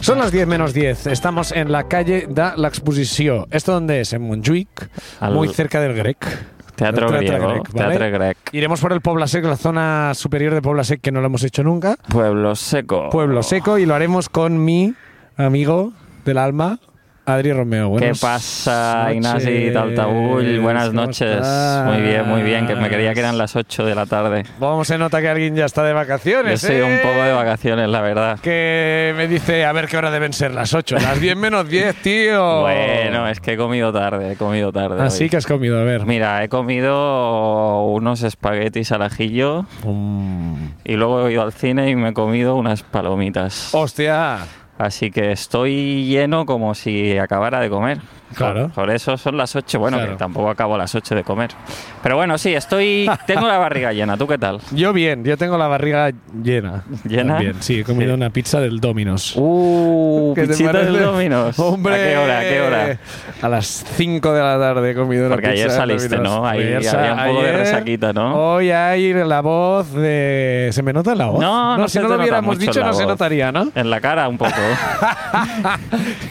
Són les 10 menos 10. Estamos en la calle de la exposición. ¿Esto dónde es? En Montjuic, Al- muy cerca del Grec. Teatro, Teatro griego, grec, ¿vale? teatro grec. Iremos por el Pobla Sec, la zona superior de Pobla Sec que no lo hemos hecho nunca. Pueblo seco. Pueblo Seco y lo haremos con mi amigo del alma, Adri Romeo. ¿Qué Buenas pasa, noches. Ignasi Taltabull? Buenas ¿Cómo noches. estás? Muy bien, muy bien, que me creía que eran las 8 de la tarde. Vamos, se nota que alguien ya está de Yo vacaciones. estoy ¿eh? un poco de vacaciones, la verdad. Que me dice, a ver qué hora deben ser, las 8. Las 10 menos 10, tío. Bueno, es que he comido tarde, he comido tarde. Así hoy. que has comido, a ver. Mira, he comido unos espaguetis al ajillo Mm. y luego he ido al cine y me he comido unas palomitas. Hostia. Así que estoy lleno como si acabara de comer. Claro. Por, por eso son las 8. Bueno, Claro. que tampoco acabo a las 8 de comer. Pero bueno, sí, estoy. Tengo la barriga llena. ¿Tú qué tal? Yo bien, yo tengo la barriga llena. ¿Llena? Bien, sí, he comido Sí. una pizza del Dominos. Uh, ¿Qué te pichita del parece? Dominos. ¡Hombre! ¿A qué hora? ¿A qué hora? A las 5 de la tarde he comido una Porque pizza ayer de saliste, Domino's. ¿no? Ahí Ayer sa- había un poco de ayer, resaquita, ¿no? Hoy hay la voz de... ¿Se me nota la voz? No, no si se no te lo nota hubiéramos mucho dicho la no se voz. notaría, ¿no? En la cara un poco.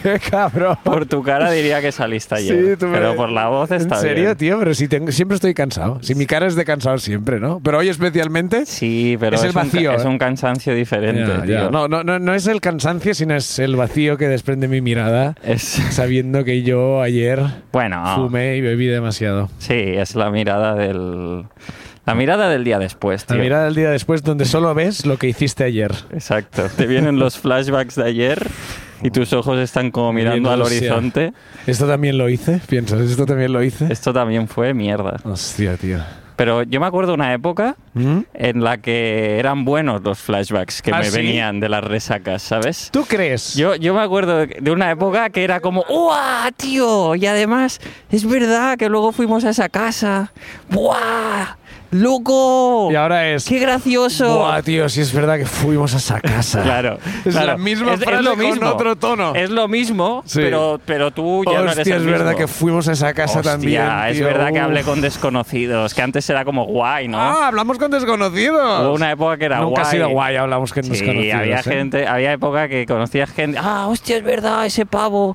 ¡Qué cabrón! Por tu cara diría que saliste ayer. Sí, tú me- Pero por la voz está En serio, bien. tío, pero si tengo- siempre estoy cansado. Si mi cara es de cansado siempre, ¿no? Pero hoy especialmente... Sí, pero Es el es, un ca- vacío, es ¿eh? un cansancio diferente, Ya, tío. ya. No, no, no, no es el cansancio, sino es el vacío que desprende mi mirada Es, sabiendo que yo ayer bueno, fumé y bebí demasiado. sí, es la mirada del. La mirada del día después, La tío. mirada del día después donde solo ves lo que hiciste ayer. Exacto. Te vienen los flashbacks de ayer y tus ojos están como mirando al Bien, o sea. horizonte. ¿Esto también lo hice? ¿Piensas? ¿Esto también lo hice? Esto también fue mierda. Hostia, tío. Pero yo me acuerdo una época en la que eran buenos los flashbacks que ¿Ah, me sí? venían de las resacas, ¿sabes? ¿Tú crees? Yo, yo me acuerdo de una época que era como, ¡Uah, tío! Y además, es verdad que luego fuimos a esa casa. ¡Buah! ¡Loco! Y ahora es... ¡Qué gracioso! Buah, tío, si es verdad que fuimos a esa casa. Claro, Es la claro. misma frase con otro tono. Es lo mismo, Sí. pero, pero tú ya no eres Hostia, el es verdad mismo. que fuimos a esa casa Hostia, también. es tío. verdad que Uf. hablé con desconocidos, que antes era como guay, ¿no? Ah, hablamos con desconocidos. Hubo una época que era Nunca guay. ha sido guay, hablamos con Sí, desconocidos. había ¿eh? gente, había época que conocías gente. Ah, hostia, es verdad, ese pavo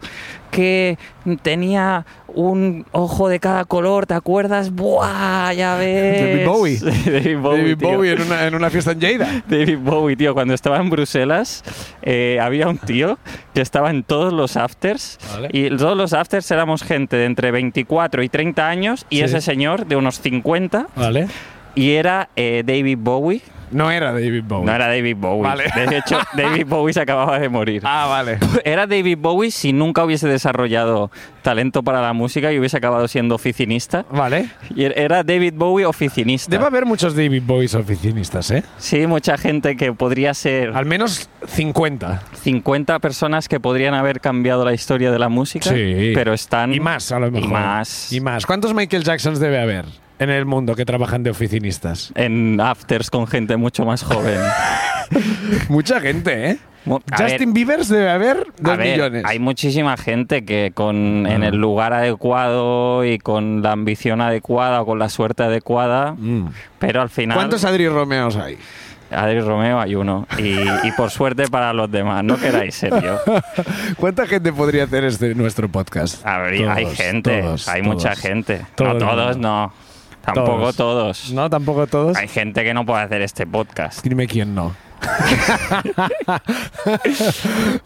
que tenía un ojo de cada color, ¿te acuerdas? Buah, ya ves. David Bowie. David Bowie, David tío. Bowie en una, en una fiesta en Lleida. David Bowie, tío, cuando estaba en Bruselas, eh, había un tío que estaba en todos los afters. Vale. Y todos los afters éramos gente de entre 24 y 30 años y Sí. ese señor de unos 50 Vale. y era eh, David Bowie. No era David Bowie. No era David Bowie. Vale. De hecho, David Bowie se acababa de morir. Ah, vale. Era David Bowie si nunca hubiese desarrollado talento para la música y hubiese acabado siendo oficinista. Vale. Y er- era David Bowie oficinista. Debe haber muchos David Bowies oficinistas, ¿eh? Sí, mucha gente que podría ser Al menos 50. 50 personas que podrían haber cambiado la historia de la música, Sí. pero están... Y más, a lo mejor. Y más. Y más. ¿Cuántos Michael Jacksons debe haber en el mundo que trabajan de oficinistas? En afters con gente mucho más joven. Mucha gente, ¿eh? Mo- a ver, Justin Bieber debe haber a 2 ver, millones. Hay muchísima gente que con, en Ah. el lugar adecuado y con la ambición adecuada o con la suerte adecuada, Mm. pero al final... ¿Cuántos Adri Romeos hay? Adri Romeo hay uno. Y, y por suerte para los demás, no queráis serio. ¿Cuánta gente podría hacer este nuestro podcast? A ver, hay Todos, gente, todos, hay todos. mucha gente. Todos, no, todos no. no. Tampoco Todos. todos. No, tampoco todos. Hay gente que no puede hacer este podcast. Dime quién no.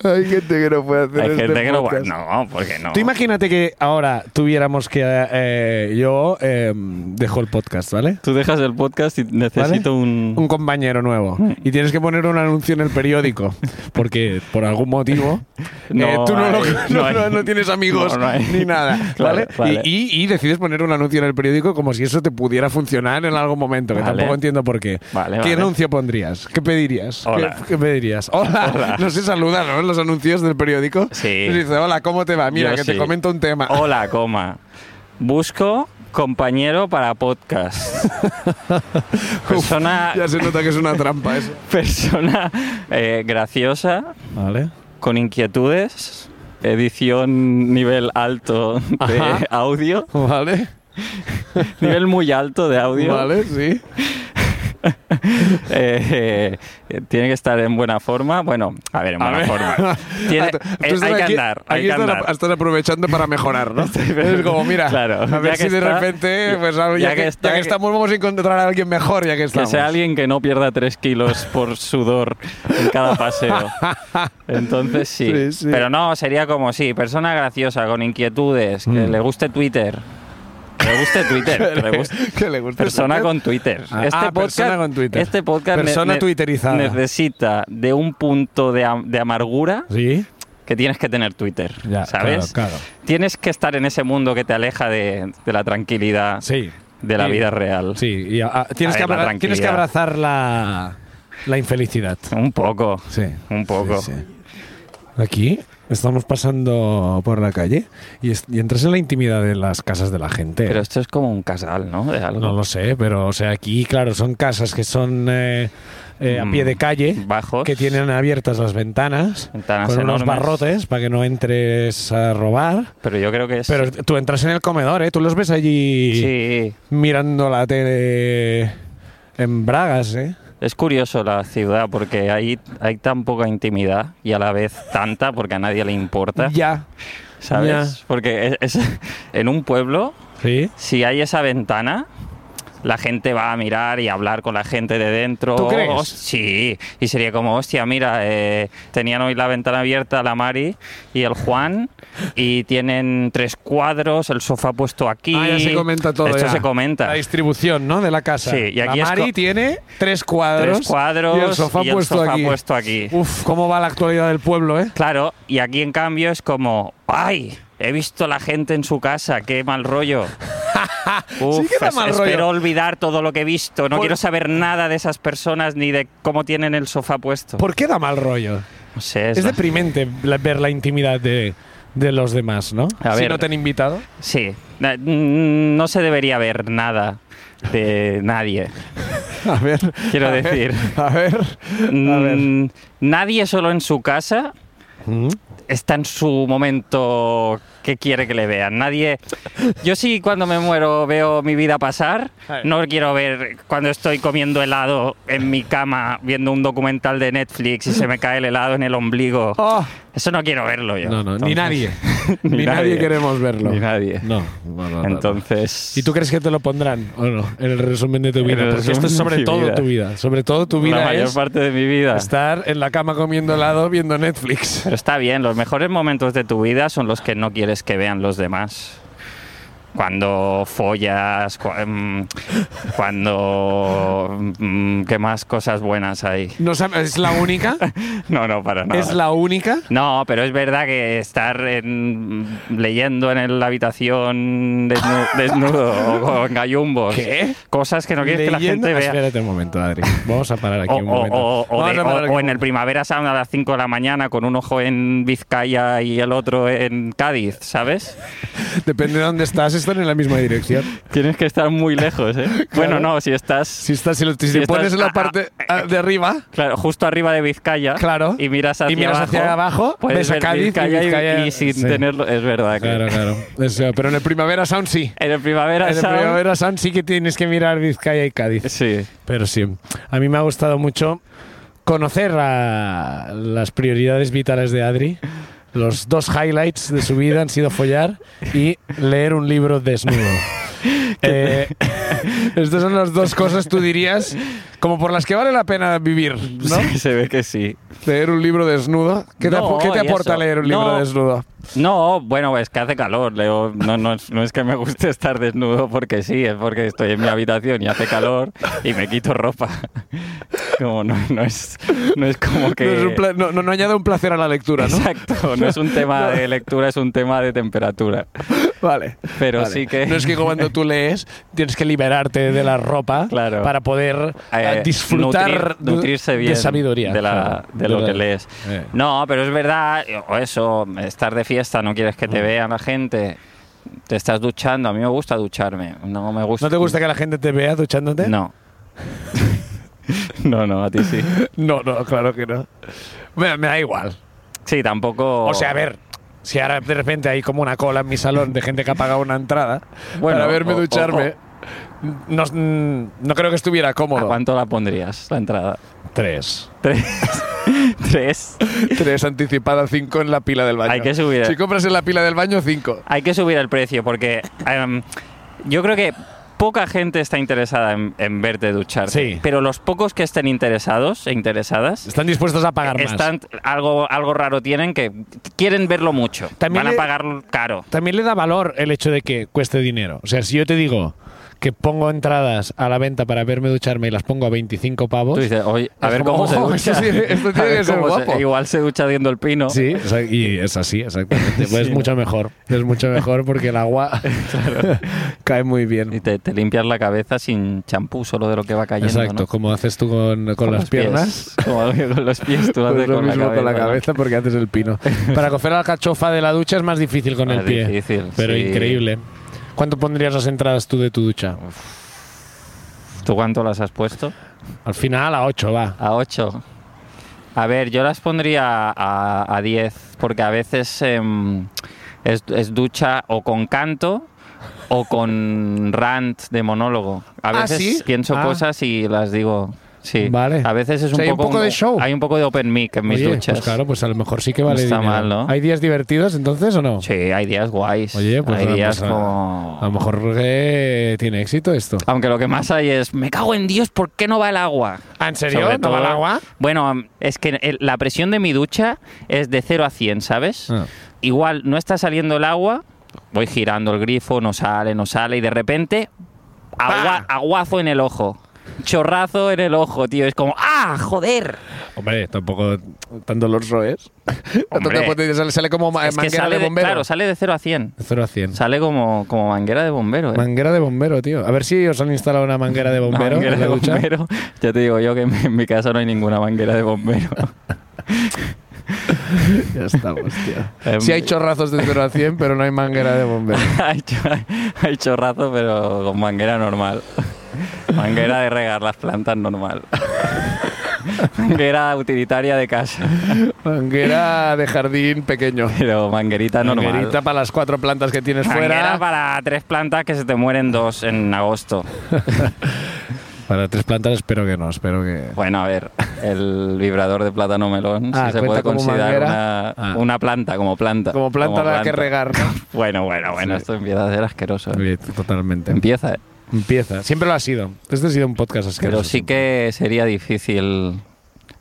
hay gente que no puede hacer Hay este gente que no puede. podcast. No, porque no. Tú imagínate que ahora tuviéramos que... eh, yo eh, dejo el podcast, ¿vale? Tú dejas el podcast y necesito Un compañero nuevo. Y tienes que poner un anuncio en el periódico. Porque por algún motivo... No eh, tú no, lo- hay, no- no hay. no- no tienes amigos No, no hay. ni nada. ¿vale? Claro, vale. Y, y- y decides poner un anuncio en el periódico como si eso te pudiera funcionar en algún momento. Que Vale. tampoco entiendo por qué. Vale, ¿Qué vale. anuncio pondrías? ¿Qué pedirías? ¿Qué- Hola. ¿Qué, pedirías? Hola. Hola. No se saludan ¿no? los anuncios del periódico. Sí. Y dice, hola, ¿cómo te va? Mira, Yo que te sí. comento un tema. Hola, coma. Busco compañero para podcast. persona Ya se nota que es una trampa eso. persona eh, graciosa, Vale. con inquietudes, edición nivel alto de Ajá. audio, Vale. nivel muy alto de audio. Vale, sí. Eh, eh, tiene que estar en buena forma. Bueno, a ver, en buena forma. Tiene- Ah, tú- tú eh, estás hay que aquí- andar. Aquí Hay que estás, andar. estás aprovechando para mejorar, ¿no? es como, mira, Claro, a ver ya si que de está- repente, pues, ya, ya que, que ya está- que estamos, vamos a encontrar a alguien mejor, ya que Que estamos. sea alguien que no pierda 3 kilos por sudor en cada paseo. Entonces sí. Sí, sí. Pero no, sería como sí, persona graciosa, con inquietudes, que Mm. le guste Twitter. Que le guste Twitter. que le guste- que le guste Persona Twitter. con Twitter. Ah, ah, persona con Twitter. Este podcast ne- Persona ne- twitterizada. necesita de un punto de, am- de amargura Sí, que tienes que tener Twitter. Ya, ¿Sabes? claro, claro. Tienes que estar en ese mundo que te aleja de, de la tranquilidad sí. de la Sí. vida real. Sí, y, ah, tienes, A que ver, la abra- tienes que tranquilidad. abrazar la, la infelicidad. Un poco. Sí. Un poco. Sí, sí. Aquí estamos pasando por la calle y, es- y entras en la intimidad de las casas de la gente. Pero esto es como un casal, ¿no? De algo. no lo sé, pero o sea, aquí, claro, son casas que son eh, eh, a Mm, pie de calle, bajos. que tienen abiertas las ventanas, Ventanas con unos enormes. barrotes para que no entres a robar. Pero yo creo que es. Pero tú entras en el comedor, ¿eh? Tú los ves allí sí. mirando la tele en bragas, ¿eh? Es curioso la ciudad porque hay, hay tan poca intimidad y a la vez tanta porque a nadie le importa. Ya. ¿Sabes? Porque es- es- en un pueblo, ¿Sí? si hay esa ventana, la gente va a mirar y a hablar con la gente de dentro. ¿Tú crees? Host- Sí. Y sería como, hostia, mira, eh, tenían hoy la ventana abierta la Mari y el Juan y tienen tres cuadros, el sofá puesto aquí. Ah, ya se comenta todo. Esto ya. se comenta. La distribución, ¿no? De la casa. Sí, y aquí la es Mari co- tiene tres cuadros. Tres cuadros Y el sofá, y el puesto, sofá aquí. puesto aquí. Uf, cómo va la actualidad del pueblo, ¿eh? Claro, y aquí en cambio es como, ¡ay! He visto la gente en su casa, qué mal rollo. Uf, Sí que da es- mal rollo. espero olvidar todo lo que he visto. No Por- quiero saber nada de esas personas ni de cómo tienen el sofá puesto. ¿Por qué da mal rollo? No sé, es Es, la- deprimente la- ver la intimidad de, de los demás, ¿no? A si ver. no te han invitado. Sí, Na- mm, no se debería ver nada de nadie. A ver. Quiero a ver, decir. a ver. A ver. Mm, Nadie solo en su casa Mm. está en su momento que quiere que le vean. Nadie. Yo sí, cuando me muero, veo mi vida pasar. No quiero ver cuando estoy comiendo helado en mi cama, viendo un documental de Netflix y se me cae el helado en el ombligo. Oh. Eso no quiero verlo yo. No, no, ni Ah. Entonces- nadie. ni, nadie. queremos verlo. Ni nadie. No, no, no, no, no. Entonces. ¿Y tú crees que te lo pondrán o no? En el resumen de tu En el vida. Porque resumen esto es de sobre mi todo vida. tu vida. Sobre todo tu vida La mayor es parte de mi vida. estar en la cama comiendo helado viendo Netflix. Pero está bien, los mejores momentos de tu vida son los que no quieres que vean los demás. Cuando follas, cu- mm, cuando... mm, ¿Qué más cosas buenas hay? No sabes, es la única. No, no, para nada. Es la única. No, pero es verdad que estar en- mm, leyendo en el- la habitación desnu- desnudo, o con gallumbos. ¿Qué? Cosas que no quieres que la Leyenda- gente vea. Espérate un momento, Adri. Vamos a parar aquí O, un o- momento. o- o Vamos de- a parar o- aquí o un en el momento. Primavera Sound a las 5 de la mañana con un ojo en Vizcaya y el otro en Cádiz, ¿sabes? Depende de dónde estás, están en la misma dirección. Tienes que estar muy lejos, ¿eh? Bueno, no, si estás Si, estás, si, lo- si Si te estás- pones en la ah, parte ah, de arriba, claro, justo arriba de Vizcaya Claro. y miras hacia Y miras abajo, hacia abajo, puedes ves a ver Cádiz y Vizcaya y, Vizcaya- y sin sí. tenerlo... Es verdad que... claro, claro. Eso, Pero en el Primavera Sound sí. En el Primavera En el Sound... Primavera Sound sí que tienes que mirar Vizcaya y Cádiz. Sí. Pero sí, a mí me ha gustado mucho conocer a las prioridades vitales de Adri. Los dos highlights de su vida han sido follar y leer un libro desnudo. Eh, estas son las dos cosas, tú dirías, como por las que vale la pena vivir, ¿no? Sí, se ve que sí. Leer un libro desnudo. ¿Qué te, No, apo- qué te y aporta eso. leer un libro No. desnudo? No, bueno, es que hace calor, Leo. No, no, es- no es que me guste estar desnudo porque sí, es porque estoy en mi habitación y hace calor y me quito ropa. Como no, no es, no es como que... No, es un pla- no- no- no añade un placer a la lectura, ¿no? Exacto, no es un tema de lectura, es un tema de temperatura. Vale. Pero Vale. sí que... No es que cuando tú lees tienes que liberarte de la ropa Claro. para poder eh, eh, disfrutar nutrir- nutrirse de- bien de sabiduría. de, la- claro. de lo la- que lees. Eh. No, pero es verdad, o eso, estar de fiesta, no quieres que Mm. te vean la gente, te estás duchando, a mí me gusta ducharme, no me gusta... ¿No te gusta que la gente te vea duchándote? No. no, no, a ti sí. No, no, claro que no. Me, me da igual. Sí, tampoco... O sea, a ver, si ahora de repente hay como una cola en mi salón de gente que ha pagado una entrada Bueno, oh, para verme o- o- ducharme. o- no, no creo que estuviera ¿A cómodo. cuánto la pondrías la entrada? Tres. Tres. Tres. Tres anticipada, cinco en la pila del baño. Hay que subir. eh. Si compras en la pila del baño, cinco. Hay que subir el precio porque em, yo creo que poca gente está interesada en, en verte duchar. Sí. Pero los pocos que estén interesados e interesadas Están dispuestos a pagar más. están algo, algo raro tienen que quieren verlo mucho. También Van le- a pagar caro. También le da valor el hecho de que cueste dinero. O sea, si yo te digo que pongo entradas a la venta para verme ducharme y las pongo a 25 pavos. Tú dices, oye, a Es ver como, cómo se "Ojo, ducha. esto tiene- esto A tiene ver que ser cómo se- guapo". igual se ducha viendo el pino. Sí, o sea, y es así, exactamente. Pues es Sí. mucho mejor. Es mucho mejor porque el agua cae muy Y bien. te, te limpias la cabeza sin champú, solo de lo que va cayendo. Exacto, ¿no? como haces tú con, con Con las los pies. piernas. Como que con los pies, tú lo haces Pues lo con, mismo la cabeza, con la ¿no? cabeza porque haces el pino. Para coger la cachofa de la ducha es más difícil con Más el pie. Ah, difícil, pero sí. increíble. ¿Cuánto pondrías las entradas tú de tu ducha? ¿Tú cuánto las has puesto? Al final a 8 va. A 8. A ver, yo las pondría a, a 10, porque a veces em, es, es ducha o con canto o con rant de monólogo. A Ah, veces ¿sí? pienso Ah. cosas y las digo. Sí. Vale. A veces es O sea, un hay un poco, poco de show. Hay un poco de open mic en mis Oye, duchas. Pues claro, pues a lo mejor sí que vale está dinero. mal, ¿no? ¿Hay días divertidos entonces o no? Sí, hay días guays. Oye, pues hay nada, días pues nada. como... A lo mejor eh, tiene éxito esto. Aunque lo que más hay es, me cago en Dios, ¿por qué no va el agua? Ah, ¿En serio? Sobre ¿No va todo- el agua? Bueno, am, es que el- la presión de mi ducha es de 0 a 100, ¿sabes? Ah. Igual no está saliendo el agua, voy girando el grifo, no sale, no sale, y de repente, agua- ¡Pah! aguazo en el ojo. Chorrazo en el ojo, tío. Es como, ¡ah, joder! Hombre, tampoco tan doloroso es. Hombre. Tampoco- sale, sale como ma- es que manguera sale de de, bombero. claro, sale de 0 a 100. 0 a 100. Sale como, como manguera de bombero, ¿eh? Manguera de bombero, tío. A ver si os han instalado una manguera de bombero Manguera en la de ducha. bombero. Ya te digo yo que en mi- en mi casa no hay ninguna manguera de bombero. Ya estamos, tío. Em, Sí hay chorrazos de 0 a 100, pero no hay manguera de bombero. hay, cho- hay chorrazo, pero con manguera normal. Manguera de regar las plantas normal. manguera utilitaria de casa, Manguera de jardín pequeño. pero manguerita normal. Manguerita para las cuatro plantas que tienes Manguera fuera. para tres plantas que se te mueren dos en agosto. Para tres plantas espero que no, espero que... Bueno, a ver, el vibrador de plátano melón, Ah, si cuenta se puede como considerar manguera. una, Ah. una planta, como planta. Como planta la que regar. ¿no? Bueno, bueno, bueno, Sí. esto empieza a ser asqueroso. ¿eh? Oye, Totalmente. Empieza, ¿eh? Empieza. Siempre lo ha sido. Este ha sido un podcast asqueroso. Pero sí que sería difícil.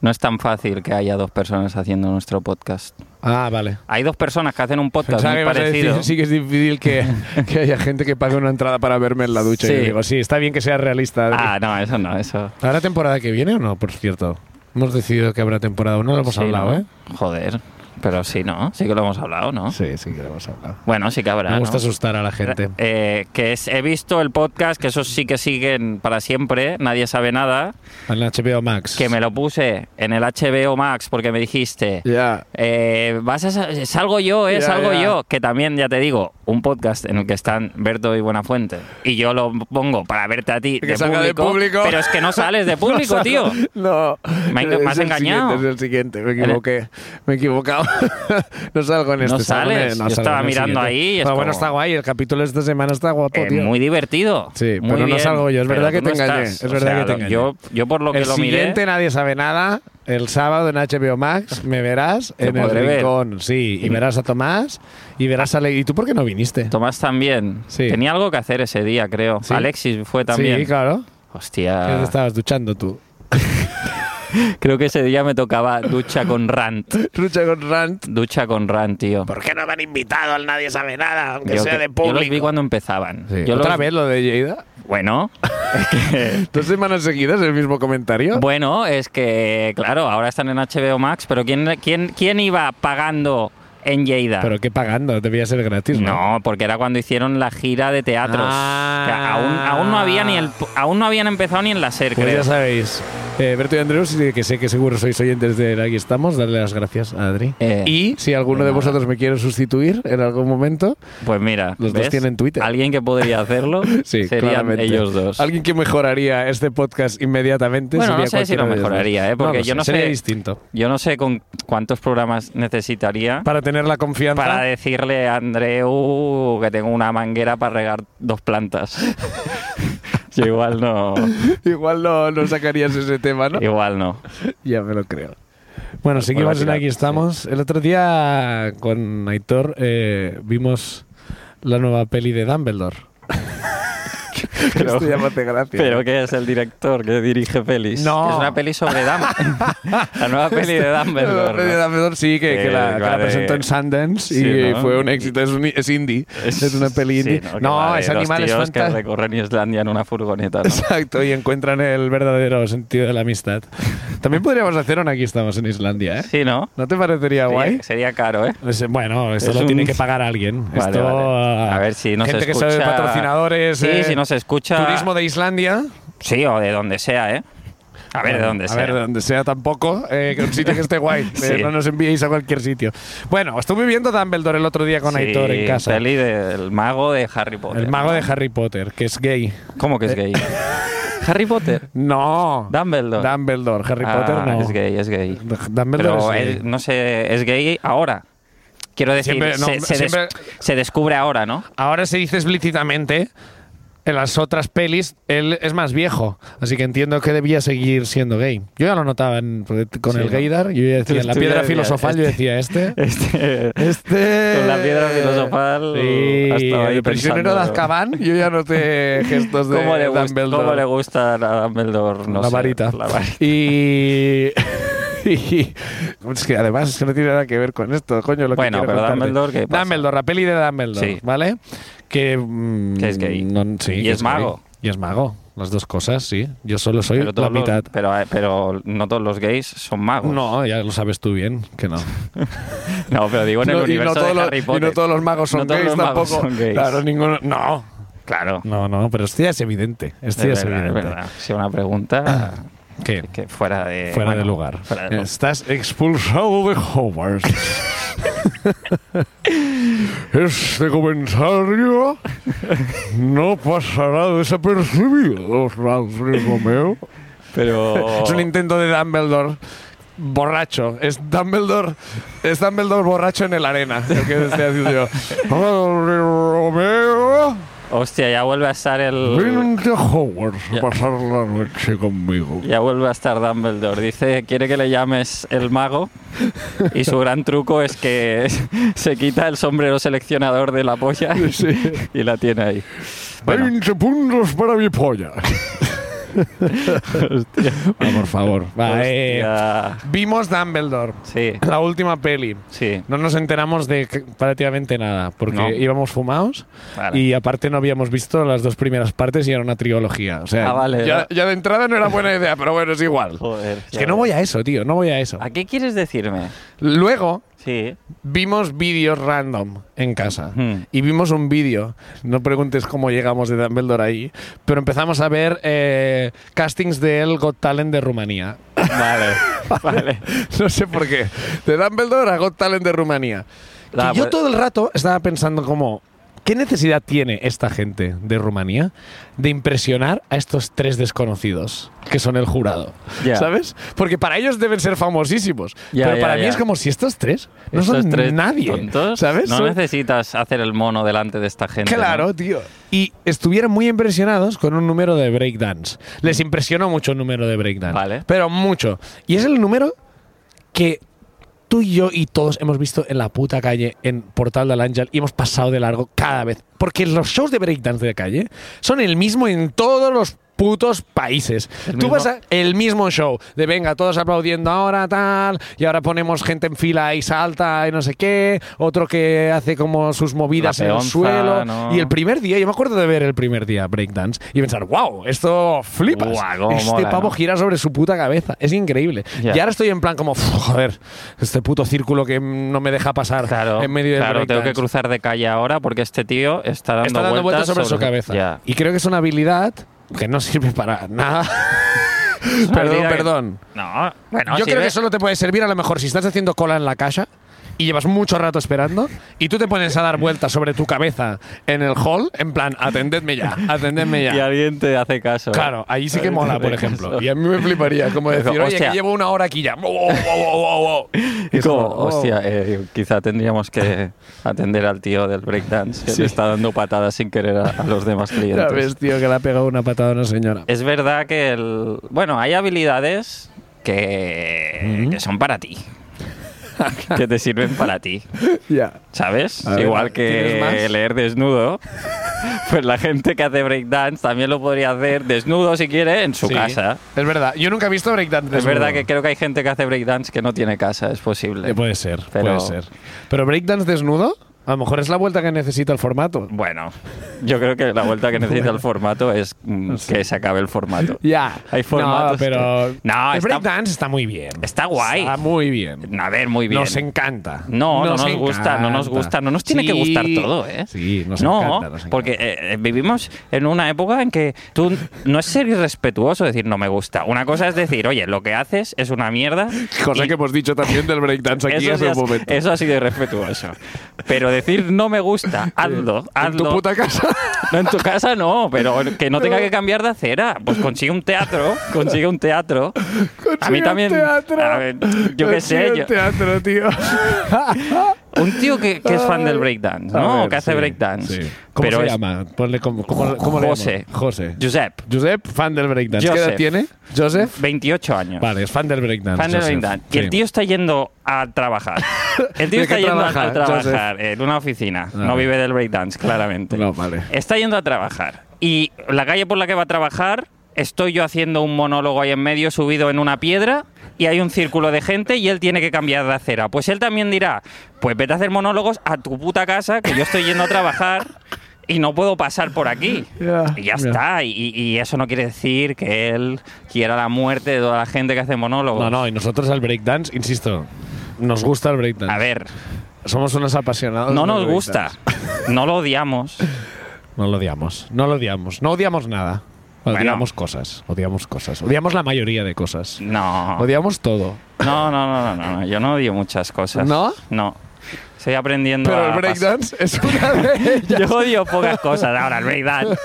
No es tan fácil que haya dos personas haciendo nuestro podcast. Ah, vale. Hay dos personas que hacen un podcast Pensaba que muy ibas a parecido. decir, sí que es difícil que, que haya gente que pague una entrada para verme en la ducha. Sí. Y yo digo, sí, está bien que sea realista. Ah, no, eso no, eso. ¿Habrá temporada que viene o no, por cierto? Hemos decidido que habrá temporada 1, lo hemos Sí, hablado, ¿no? ¿eh? Joder, pero sí, ¿no? Sí que lo hemos hablado, ¿no? Sí, sí que lo hemos hablado. Bueno, sí que habrá. Me gusta ¿no? asustar a la gente. Eh, que es- he visto el podcast, que esos sí que siguen para siempre, nadie sabe nada, En HBO Max. eh, que me lo puse en el HBO Max porque me dijiste, Ya. Eh, vas a sa- salgo yo, Ya, eh, salgo ya. yo, que también ya te digo, un podcast en el que están Berto y Buenafuente y yo lo pongo para verte a ti Que de salga público, de público. pero es que no sales de público, No, tío. No. Me ha- me Es has el engañado. siguiente, Es el siguiente, me equivoqué. Me he equivocado. no salgo en No este. salgo en el- sales. Yo salgo estaba en el mirando siguiente. ahí y es Pero bueno, como- está guay. El capítulo esta semana está guapo, Eh, tío. muy divertido. Sí, muy pero no bien, salgo yo, es pero verdad que tú no te engañé, estás. es verdad que te lo- engañé. Yo, yo por lo que el lo miré, siguiente nadie sabe nada. El sábado en HBO Max me verás Te en el podré ver. Mm. rincón, sí, y verás a Tomás y verás a Le ¿Y tú por qué no viniste? Tomás también. Sí. Tenía algo que hacer ese día, creo. Sí. Alexis fue también. Ah. Sí, claro. Que te Hostia, estabas duchando tú. creo que ese día me tocaba ducha con rant. Lucha con Rant. Ducha con rant, tío. ¿Por qué no me han invitado al Nadie Sabe Nada, aunque Yo sea que- de yo los vi público? cuando empezaban. Sí. Yo ¿Otra los- vez lo de Lleida? Bueno, ¿Dos semanas seguidas el mismo comentario? bueno, es que, claro, ahora están en HBO Max, pero ¿quién, quién, quién iba pagando en Lleida? Pero qué pagando, debía ser gratis, ¿no? no, porque era cuando hicieron la gira de teatros. Ah. Que aún, aún no había ni el, aún no habían empezado ni en la SER, Pues creo. ya sabéis, eh, Berto y Andreu, sí que sé que seguro sois oyentes de Aquí Estamos, darle las gracias a Adri. Eh, y si alguno de de nada. vosotros me quiere sustituir en algún momento, Pues mira, Los dos ¿ves? tienen Twitter. Alguien que podría hacerlo sí, serían claramente. ellos dos. Alguien que mejoraría este podcast inmediatamente. Bueno, sería no sé si cualquiera lo de ellos dos. mejoraría, ¿eh? Porque lo yo no Sería sé- distinto. Yo no sé con cuántos programas necesitaría Para tener tener la confianza. Para decirle a Andreu que tengo una manguera para regar dos plantas. Yo igual no. Igual no, no sacarías ese tema, ¿no? Igual no. Ya me lo creo. Bueno, seguimos en tirar, Aquí Estamos. El otro día con Aitor eh, vimos la nueva peli de Dumbledore. Pero- Esto ya me hace gracia. Pero que es el director que dirige pelis. No. Que Es una peli sobre Dumbledore. la nueva peli de La peli de Dumbledore. Dumbledore, sí, que, Que que la, que la va de- presentó en Sundance y Sí, ¿no? fue un éxito. Es, un- es indie. Es, una peli Sí, indie. ¿no? Que No, va de es dos animales tíos que fanta- recorren Islandia en una furgoneta. ¿no? Exacto, y encuentran el verdadero sentido de la amistad. También podríamos hacer un Aquí Estamos en Islandia, ¿eh? Sí, ¿no? ¿No te parecería guay? Sería, sería caro, ¿eh? Es- Bueno, esto Es lo un- tiene que pagar alguien. Vale, Esto, ah, vale. A ver si nos gente escucha- que sabe patrocinadores. Sí, eh, si nos escucha. Turismo de Islandia. Sí, o de donde sea, ¿eh? A ver de Bueno, dónde sea. A ver, de donde sea tampoco. eh, que un sitio que esté guay. Sí. Eh, no nos enviéis a cualquier sitio. Bueno, estuve viendo Dumbledore el otro día con Sí, Aitor en casa. Peli del mago de Harry Potter. El mago de Harry Potter, que es gay. ¿Cómo que es gay? Harry Potter. No. Dumbledore. Dumbledore. Harry Ah, Potter no. Es gay, es gay. Dumbledore Pero es gay. él, no sé, es gay ahora. Quiero decir, Siempre- no, se, se des- siempre- se descubre ahora, ¿no? Ahora se dice explícitamente. En las otras pelis, él es más viejo. Así que entiendo que debía seguir siendo gay. Yo ya lo notaba en- con Sí, el ¿no? gaydar. Yo ya decía, Tú- la tú piedra ya decías, filosofal, yo este- decía, este. Este, Este. Con la piedra filosofal, Sí, ha estado ahí el prisionero de pensando. Azkaban. Yo ya noté gestos de ¿Cómo, le gust- Dumbledore. cómo le gusta a Dumbledore? No la sé, varita. La varita. Y. Y- es que además es que no tiene nada que ver con esto, coño. Lo Bueno, que quiero pero contarte. Dumbledore, ¿qué pasa? Dumbledore, la peli de Dumbledore, Sí. ¿vale? Que, mm, Que es gay. no- sí, Y que es mago. gay. Y es mago. Las dos cosas, sí. Yo solo soy Pero, la todos los- mitad. pero, eh, pero no todos los gays son magos. No, ya lo sabes tú bien, que no. No, pero digo en el No, y, no universo todos de los, Harry y Potter. no todos los magos son No todos gays los magos tampoco. son gays. Claro, ninguno. No. Claro. No, no, pero esto ya es evidente. Esto ya es es verdad, es evidente. verdad. Sí, una pregunta ¿Qué? que fuera de... Fuera bueno, de lugar. fuera de lugar. Estás expulsado de Hogwarts. este comentario no pasará desapercibido, Francis Romeo. Pero... Es un intento de Dumbledore borracho. Es Dumbledore, es Dumbledore borracho en el arena. el que estoy haciendo yo. Francis Romeo, Hostia, ya vuelve a estar el... vente a Hogwarts Oh. Ya. a pasar la noche conmigo. Ya vuelve a estar Dumbledore. Dice, quiere que le llames el mago. Y su gran truco es que se quita el sombrero seleccionador de la polla y la tiene ahí. Bueno, 20 puntos para mi polla. Ah, por favor. Va, eh, hostia. Vimos Dumbledore, Sí, la última peli. sí. No nos enteramos de que- prácticamente nada, porque No. íbamos fumados Vale. y aparte no habíamos visto las dos primeras partes y era una trilogía. O sea, Ah, vale. Ya, ya de entrada no era buena idea, pero bueno, es igual. Joder, es que no voy a eso, tío, no voy a eso. ¿A qué quieres decirme? Luego Sí. vimos vídeos random en casa Hmm. y vimos un vídeo, no preguntes cómo llegamos de Dumbledore ahí, pero empezamos a ver eh, castings de El Got Talent de Rumanía. Vale, vale. No sé por qué. De Dumbledore a Got Talent de Rumanía. Que Ah, yo pues- todo el rato estaba pensando como, ¿qué necesidad tiene esta gente de Rumanía de impresionar a estos tres desconocidos que son el jurado? Ya. ¿Sabes? Porque para ellos deben ser famosísimos. Ya, pero ya, para mí ya. es como si estos tres no Estos son tres nadie. tontos, ¿Sabes? No Son- necesitas hacer el mono delante de esta gente. ¿no? Claro, tío. Y estuvieron muy impresionados con un número de breakdance. Les impresionó mucho el número de breakdance. Vale. Pero mucho. Y es el número que tú y yo y todos hemos visto en la puta calle, en Portal del Ángel, y hemos pasado de largo cada vez. Porque los shows de breakdance de calle son el mismo en todos los putos países. Tú mismo- vas a el mismo show de venga, todos aplaudiendo ahora tal, y ahora ponemos gente en fila y salta y no sé qué, otro que hace como sus movidas La en el peonza, suelo, ¿no? y el primer día, yo me acuerdo de ver el primer día breakdance y pensar, wow, esto flipas. Guau, cómo este mola, pavo ¿no? gira sobre su puta cabeza. Es increíble. Ya. Y ahora estoy en plan como, "Uf, joder, este puto círculo que mm, no me deja pasar Claro, en medio del claro tengo que breakdance". cruzar de calle ahora porque este tío está dando, Está dando vueltas sobre, su cabeza. Ya. Y creo que es una habilidad que no sirve para nada. Es una perdón, habilidad que- perdón. No, bueno, Yo creo sirve- que solo te puede servir a lo mejor si estás haciendo cola en la caja y llevas mucho rato esperando y tú te pones a dar vueltas sobre tu cabeza en el hall, en plan, atendedme ya, atendedme Y ya. alguien te hace caso. Claro, ahí sí que mola, por ejemplo. Y a mí me fliparía como Pero, decir, oye, hostia. que llevo una hora aquí ya. Y Es como, como, oh. hostia, eh, quizá tendríamos que atender al tío del breakdance que le está dando patadas sin querer a, a los demás Ya clientes. ves, tío, que le ha pegado una patada a una señora. Es verdad que el. Bueno, hay habilidades que, Mm. que son para ti. que te sirven para ti. Ya. ¿Sabes? A ver, Igual ¿tienes que más? leer desnudo. Pues la gente que hace breakdance también lo podría hacer desnudo si quiere en su Sí. casa. Es verdad. Yo nunca he visto breakdance. Es desnudo. verdad que creo que hay gente que hace breakdance que no tiene casa, es posible. Eh, puede ser, Pero- puede ser. Pero breakdance desnudo, a lo mejor es la vuelta que necesita el formato. Bueno, yo creo que la vuelta que necesita el formato es mm, que se acabe el formato. Ya. Hay formatos No, pero. que- No, el está- breakdance está muy bien. Está guay. Está muy bien. A ver, muy bien. Nos encanta. No, no nos gusta, no nos encanta. gusta, no nos tiene que Sí. gustar todo, ¿eh? Sí, nos no, encanta. nos encanta. porque eh, eh, vivimos en una época en que tú no es ser irrespetuoso decir no me gusta. Una cosa es decir, oye, lo que haces es una mierda. Cosa y que hemos dicho también del breakdance aquí eso, en sí ese has- momento. eso ha sido irrespetuoso. Pero decir no me gusta, hazlo, en tu hazlo. puta casa. No, en tu casa no, pero que no tenga que cambiar de acera. Pues consigue un teatro, consigue un teatro. a mí Consigue un también. teatro. a ver, yo qué sé, Consigue yo- el teatro, tío. un tío que, que es fan del breakdance, A ¿no? ver, que hace sí, breakdance. sí. ¿Cómo pero se es- llama? Ponle como, ¿cómo, cómo le llamo? José. José. Josep, Josep, fan del breakdance. Joseph. ¿Qué edad tiene? Joseph. 28 años. Vale, es fan del breakdance. Fan del Joseph. breakdance. Y el Sí. tío está yendo a trabajar. El tío ¿De está qué yendo a- a trabaja, trabajar en una oficina. No vive del breakdance, claramente. Ah, No, vale. Está yendo a trabajar. Y la calle por la que va a trabajar, estoy yo haciendo un monólogo ahí en medio, subido en una piedra, y hay un círculo de gente y él tiene que cambiar de acera. Pues él también dirá, pues vete a hacer monólogos a tu puta casa, que yo estoy yendo a trabajar. Y no puedo pasar por aquí. Ya, y ya ya. está. Y, y eso no quiere decir que él quiera la muerte de toda la gente que hace monólogos. No, no, y nosotros al breakdance, insisto, nos gusta el breakdance. A ver, Somos unos apasionados. no del nos gusta. breakdance. No lo odiamos. No lo odiamos. No lo odiamos. No odiamos nada. Bueno. Odiamos cosas. Odiamos cosas. Odiamos la mayoría de cosas. No. Odiamos todo. No, no, no, no, no, no, Yo no odio muchas cosas. ¿No? No. Estoy aprendiendo Pero a el pas- breakdance es una de ellas. Yo odio pocas cosas. Ahora, el breakdance.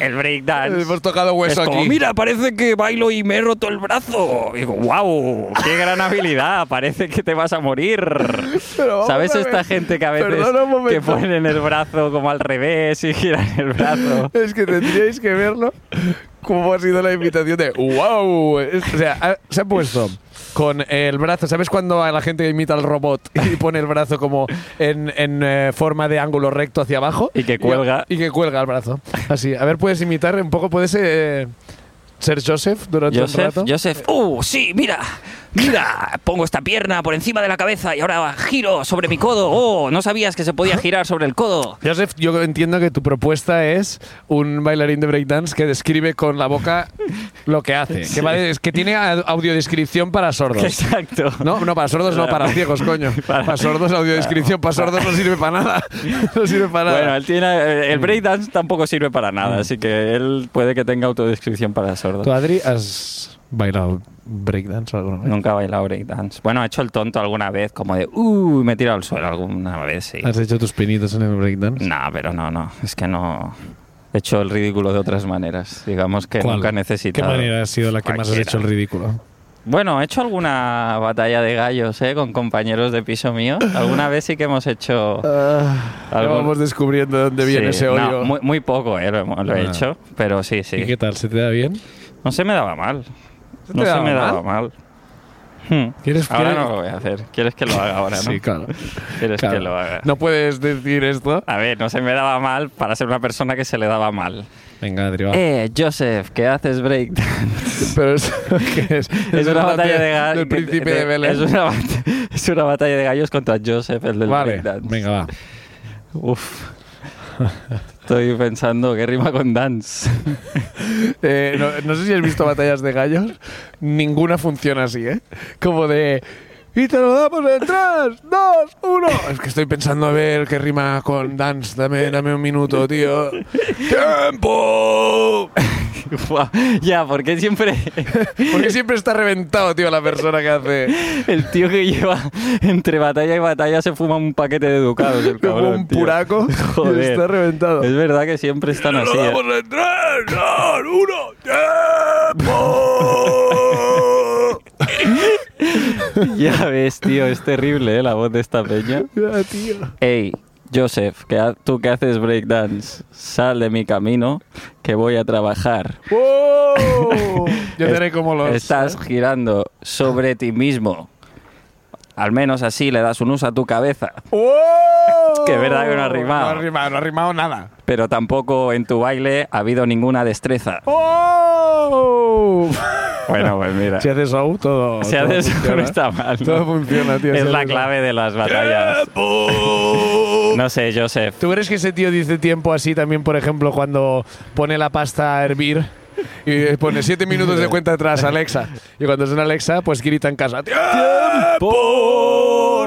El breakdance. Hemos tocado Es hueso como, aquí. mira, parece que bailo y me he roto el brazo. Y digo, wow, qué gran habilidad. Parece que te vas a morir. Pero vamos ¿Sabes a esta ver. gente que a veces Perdona un que momento. ponen el brazo como al revés y giran el brazo? Es que tendríais que verlo. ¿Cómo ha sido la invitación de wow? O sea, ha- se ha puesto con el brazo. ¿Sabes cuando a la gente imita al robot y pone el brazo como en, en, eh, forma de ángulo recto hacia abajo? Y que cuelga. Y, que cuelga el brazo. Así. A ver, puedes imitar un poco, puedes eh, ser Joseph durante un Joseph, rato. Joseph, ¡uh! Sí, mira, mira, pongo esta pierna por encima de la cabeza y ahora giro sobre mi codo. ¡Oh! No sabías que se podía girar sobre el codo. Joseph, yo entiendo que tu propuesta es un bailarín de breakdance que describe con la boca lo que hace. Que, va de- es que tiene a- audiodescripción para sordos. Exacto. No, no, para sordos no, para ciegos, coño. Para- Para, sordos, audiodescripción, para sordos no sirve para nada. No sirve para nada. Bueno, él tiene, eh, el breakdance tampoco sirve para nada, así que él puede que tenga autodescripción para sordos. ¿Tú, Adri, has bailado breakdance alguna vez? Nunca ha bailado breakdance. Bueno, ha hecho el tonto alguna vez, como de, ¡uh! y Me he tirado al suelo alguna vez, sí. ¿Has hecho tus pinitos en el breakdance? No, pero no, no. Es que no. He hecho el ridículo de otras maneras. Digamos que ¿Cuál? nunca he necesitado. ¿Qué manera ha sido la que más has Cualquiera. hecho el ridículo? Bueno, he hecho alguna batalla de gallos ¿eh? con compañeros de piso mío. Alguna vez sí que hemos hecho... Ah, Ya algún- vamos descubriendo de dónde viene Sí, ese no, odio. muy, muy poco ¿eh? lo, hemos- lo he Ah. hecho, pero sí, ¿Y qué sí. tal? ¿Se te da bien? No se me daba mal. te No se daba me daba mal. Hmm. ¿Quieres- Ahora quieres- no lo voy a hacer. ¿Quieres que lo haga ahora, no? Sí, claro. ¿Quieres claro. que lo haga? No puedes decir esto. A ver, no se me daba mal para ser una persona que se le daba mal. Venga, Adri, va. Eh, Joseph, ¿qué haces break? Pero es, ¿qué es? Es una batalla de gallos. del príncipe de, Belén. Es una, bat- es una batalla de gallos contra Joseph, el del vale, breakdance. venga, va. Uf. Estoy pensando que rima con dance. Eh, no, no sé si has visto batallas de gallos. Ninguna funciona así, ¿eh? Como de. Y te lo damos en 3, 2, 1. Es que estoy pensando a ver qué rima con dance. Dame, dame un minuto, tío. ¡Tiempo! Guau, ya, porque siempre Porque siempre está reventado, tío, la persona que hace el tío que lleva entre batalla y batalla se fuma un paquete de ducados. El como cabrón, un tío. puraco. Joder. Está reventado. Es verdad que siempre están así. ¿eh? a entrar! ¡Dos, uno! ¡Tiempo! Ya ves, tío, es terrible ¿eh? la voz de esta peña. Ya, tío. Hey, Joseph, que ha- tú que haces breakdance, sal de mi camino, que voy a trabajar. ¡Wow! Yo Es- te haré como los. ¿eh? Estás girando sobre ti mismo. Al menos así le das un uso a tu cabeza. ¡Wow! Que es verdad que no ha Oh. rimado. No ha rimado, no ha rimado nada. Pero tampoco en tu baile ha habido ninguna destreza. ¡Oh! Bueno, pues mira. Si haces out, todo. Si todo haces eso, funciona. no está mal. ¿no? Todo funciona, tío. Es si la haces clave de las batallas. out. No sé, Joseph. ¿Tú crees que ese tío dice tiempo así también, por ejemplo, cuando pone la pasta a hervir? Y pone 7 minutos de cuenta atrás, Alexa. Y cuando es en Alexa, pues grita en casa. "Tío, ¡Tiempo!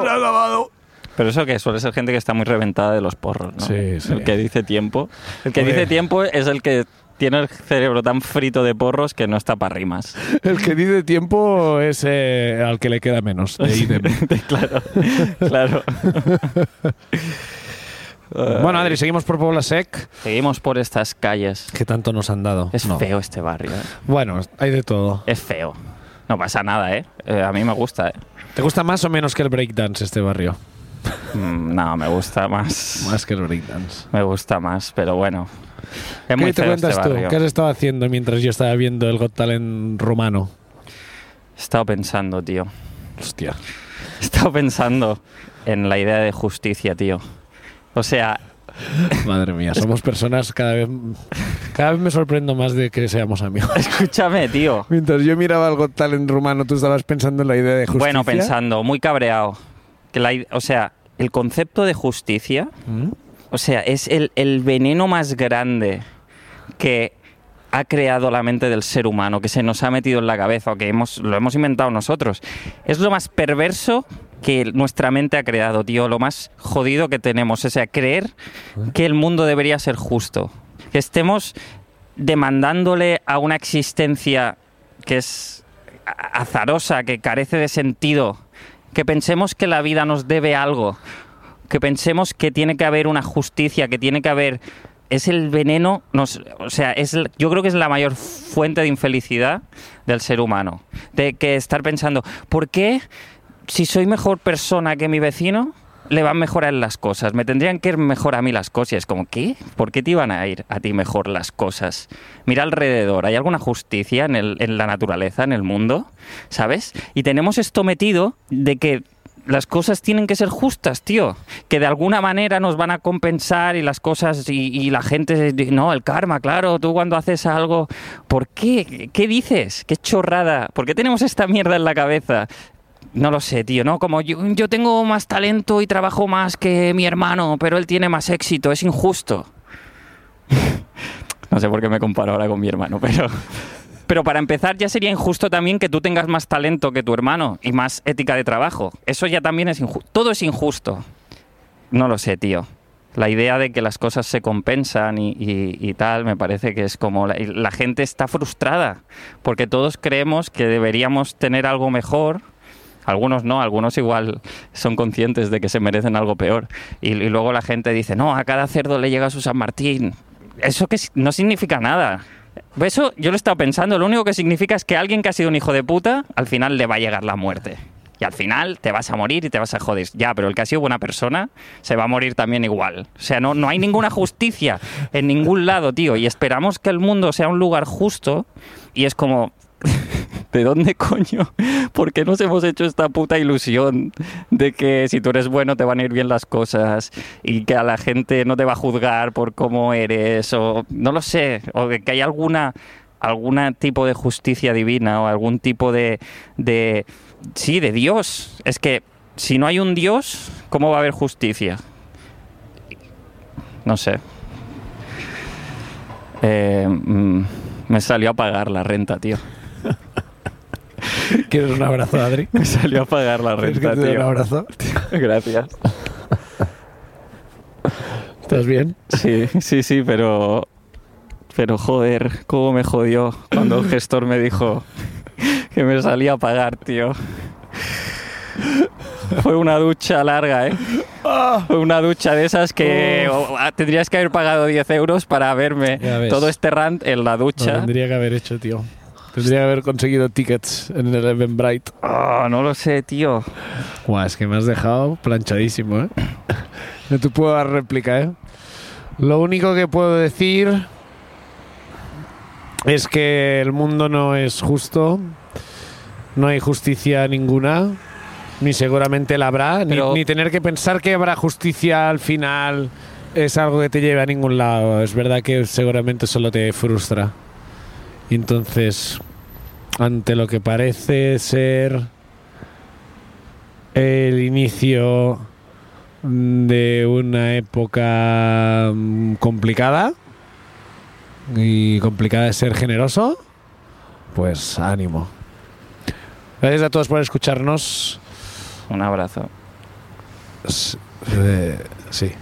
¡Se ha acabado! Pero eso que suele ser gente que está muy reventada de los porros, ¿no? Sí, sí. El que dice tiempo. El que Pues Hombre. dice tiempo es el que tiene el cerebro tan frito de porros que no está para rimas. El que dice tiempo es eh, al que le queda menos. de ítem. claro, claro. bueno, Adri, seguimos por Puebla Sec. Seguimos por estas calles. que tanto nos han dado? Es No. feo este barrio. ¿eh? Bueno, hay de todo. Es feo. No pasa nada, ¿eh? Eh, a mí me gusta, ¿eh? ¿Te gusta más o menos que el breakdance este barrio? Mm, No, me gusta más. Más que el breakdance. Me gusta más, pero bueno. Es muy ¿Qué te feo este cuentas tú? barrio. ¿Qué has estado haciendo mientras yo estaba viendo el Got Talent rumano? He estado pensando, tío. Hostia. He estado pensando en la idea de justicia, tío. O sea, Madre mía, somos personas cada vez... Cada vez me sorprendo más de que seamos amigos. escúchame, tío. Mientras yo miraba algo tal en rumano, tú estabas pensando en la idea de justicia. Bueno, pensando, muy cabreado. Que la i- o sea, el concepto de justicia, ¿Mm? o sea, es el, el veneno más grande que ha creado la mente del ser humano, que se nos ha metido en la cabeza o que hemos, lo hemos inventado nosotros. Es lo más perverso que nuestra mente ha creado, tío, lo más jodido que tenemos. O sea, creer que el mundo debería ser justo. Que estemos demandándole a una existencia que es a- azarosa, que carece de sentido, que pensemos que la vida nos debe algo, que pensemos que tiene que haber una justicia, que tiene que haber es el veneno, nos, o sea, es el- yo creo que es la mayor fuente de infelicidad del ser humano, de que estar pensando, ¿por qué si soy mejor persona que mi vecino? Le van mejor a él las cosas, me tendrían que ir mejor a mí las cosas. Y Es como, ¿qué? ¿Por qué te iban a ir a ti mejor las cosas? Mira alrededor, ¿hay alguna justicia en, el- en la naturaleza, en el mundo? ¿Sabes? Y tenemos esto metido de que las cosas tienen que ser justas, tío. Que de alguna manera nos van a compensar y las cosas y, y la gente... No, el karma, claro. Tú cuando haces algo... ¿Por qué? ¿Qué dices? ¿Qué chorrada? ¿Por qué tenemos esta mierda en la cabeza? No lo sé, tío, ¿no? Como yo, yo tengo más talento y trabajo más que mi hermano, pero él tiene más éxito, es injusto. no sé por qué me comparo ahora con mi hermano, pero... Pero para empezar ya sería injusto también que tú tengas más talento que tu hermano y más ética de trabajo. Eso ya también es injusto. Todo es injusto. No lo sé, tío. La idea de que las cosas se compensan y, y- y tal me parece que es como la, y la gente está frustrada porque todos creemos que deberíamos tener algo mejor. Algunos no, algunos igual son conscientes de que se merecen algo peor. Y, y luego la gente dice, no, a cada cerdo le llega su San Martín. Eso que si- no significa nada. Eso yo lo he estado pensando, lo único que significa es que alguien que ha sido un hijo de puta, al final le va a llegar la muerte. Y al final te vas a morir y te vas a joder. Ya, pero el que ha sido buena persona se va a morir también igual. O sea, no, no hay ninguna justicia en ningún lado, tío. Y esperamos que el mundo sea un lugar justo. Y es como, ¿De dónde coño? ¿Por qué nos hemos hecho esta puta ilusión de que si tú eres bueno te van a ir bien las cosas y que a la gente no te va a juzgar por cómo eres o no lo sé, o de que hay alguna algún tipo de justicia divina o algún tipo de de sí, de Dios. Es que si no hay un Dios, ¿cómo va a haber justicia? No sé. Eh, mm, me salió a pagar la renta, tío. ¿Quieres un abrazo, Adri? Me salió a pagar la ¿Quieres que renta, te dé un tío. abrazo? Gracias. ¿Estás bien? Sí, sí, sí, pero. Pero joder, cómo me jodió cuando el gestor me dijo que me salía a pagar, tío. Fue una ducha larga, ¿eh? Ah. Fue una ducha de esas que o- a- tendrías que haber pagado 10 euros para verme Ya ves. todo este rant en la Lo ducha. tendría que haber hecho, tío. Tendría que haber conseguido tickets en el Eventbrite. Ah, no lo sé, tío. Guau, es que me has dejado planchadísimo, ¿eh? No te puedo dar réplica, ¿eh? Lo único que puedo decir es que el mundo no es justo, no hay justicia ninguna, ni seguramente la habrá, ni- Pero- ni, tener que pensar que habrá justicia al final es algo que te lleve a ningún lado. Es verdad que seguramente solo te frustra. Entonces, ante lo que parece ser el inicio de una época mm, complicada y complicada de ser generoso, pues ánimo. Gracias a todos por escucharnos. Un abrazo. S- eh, sí.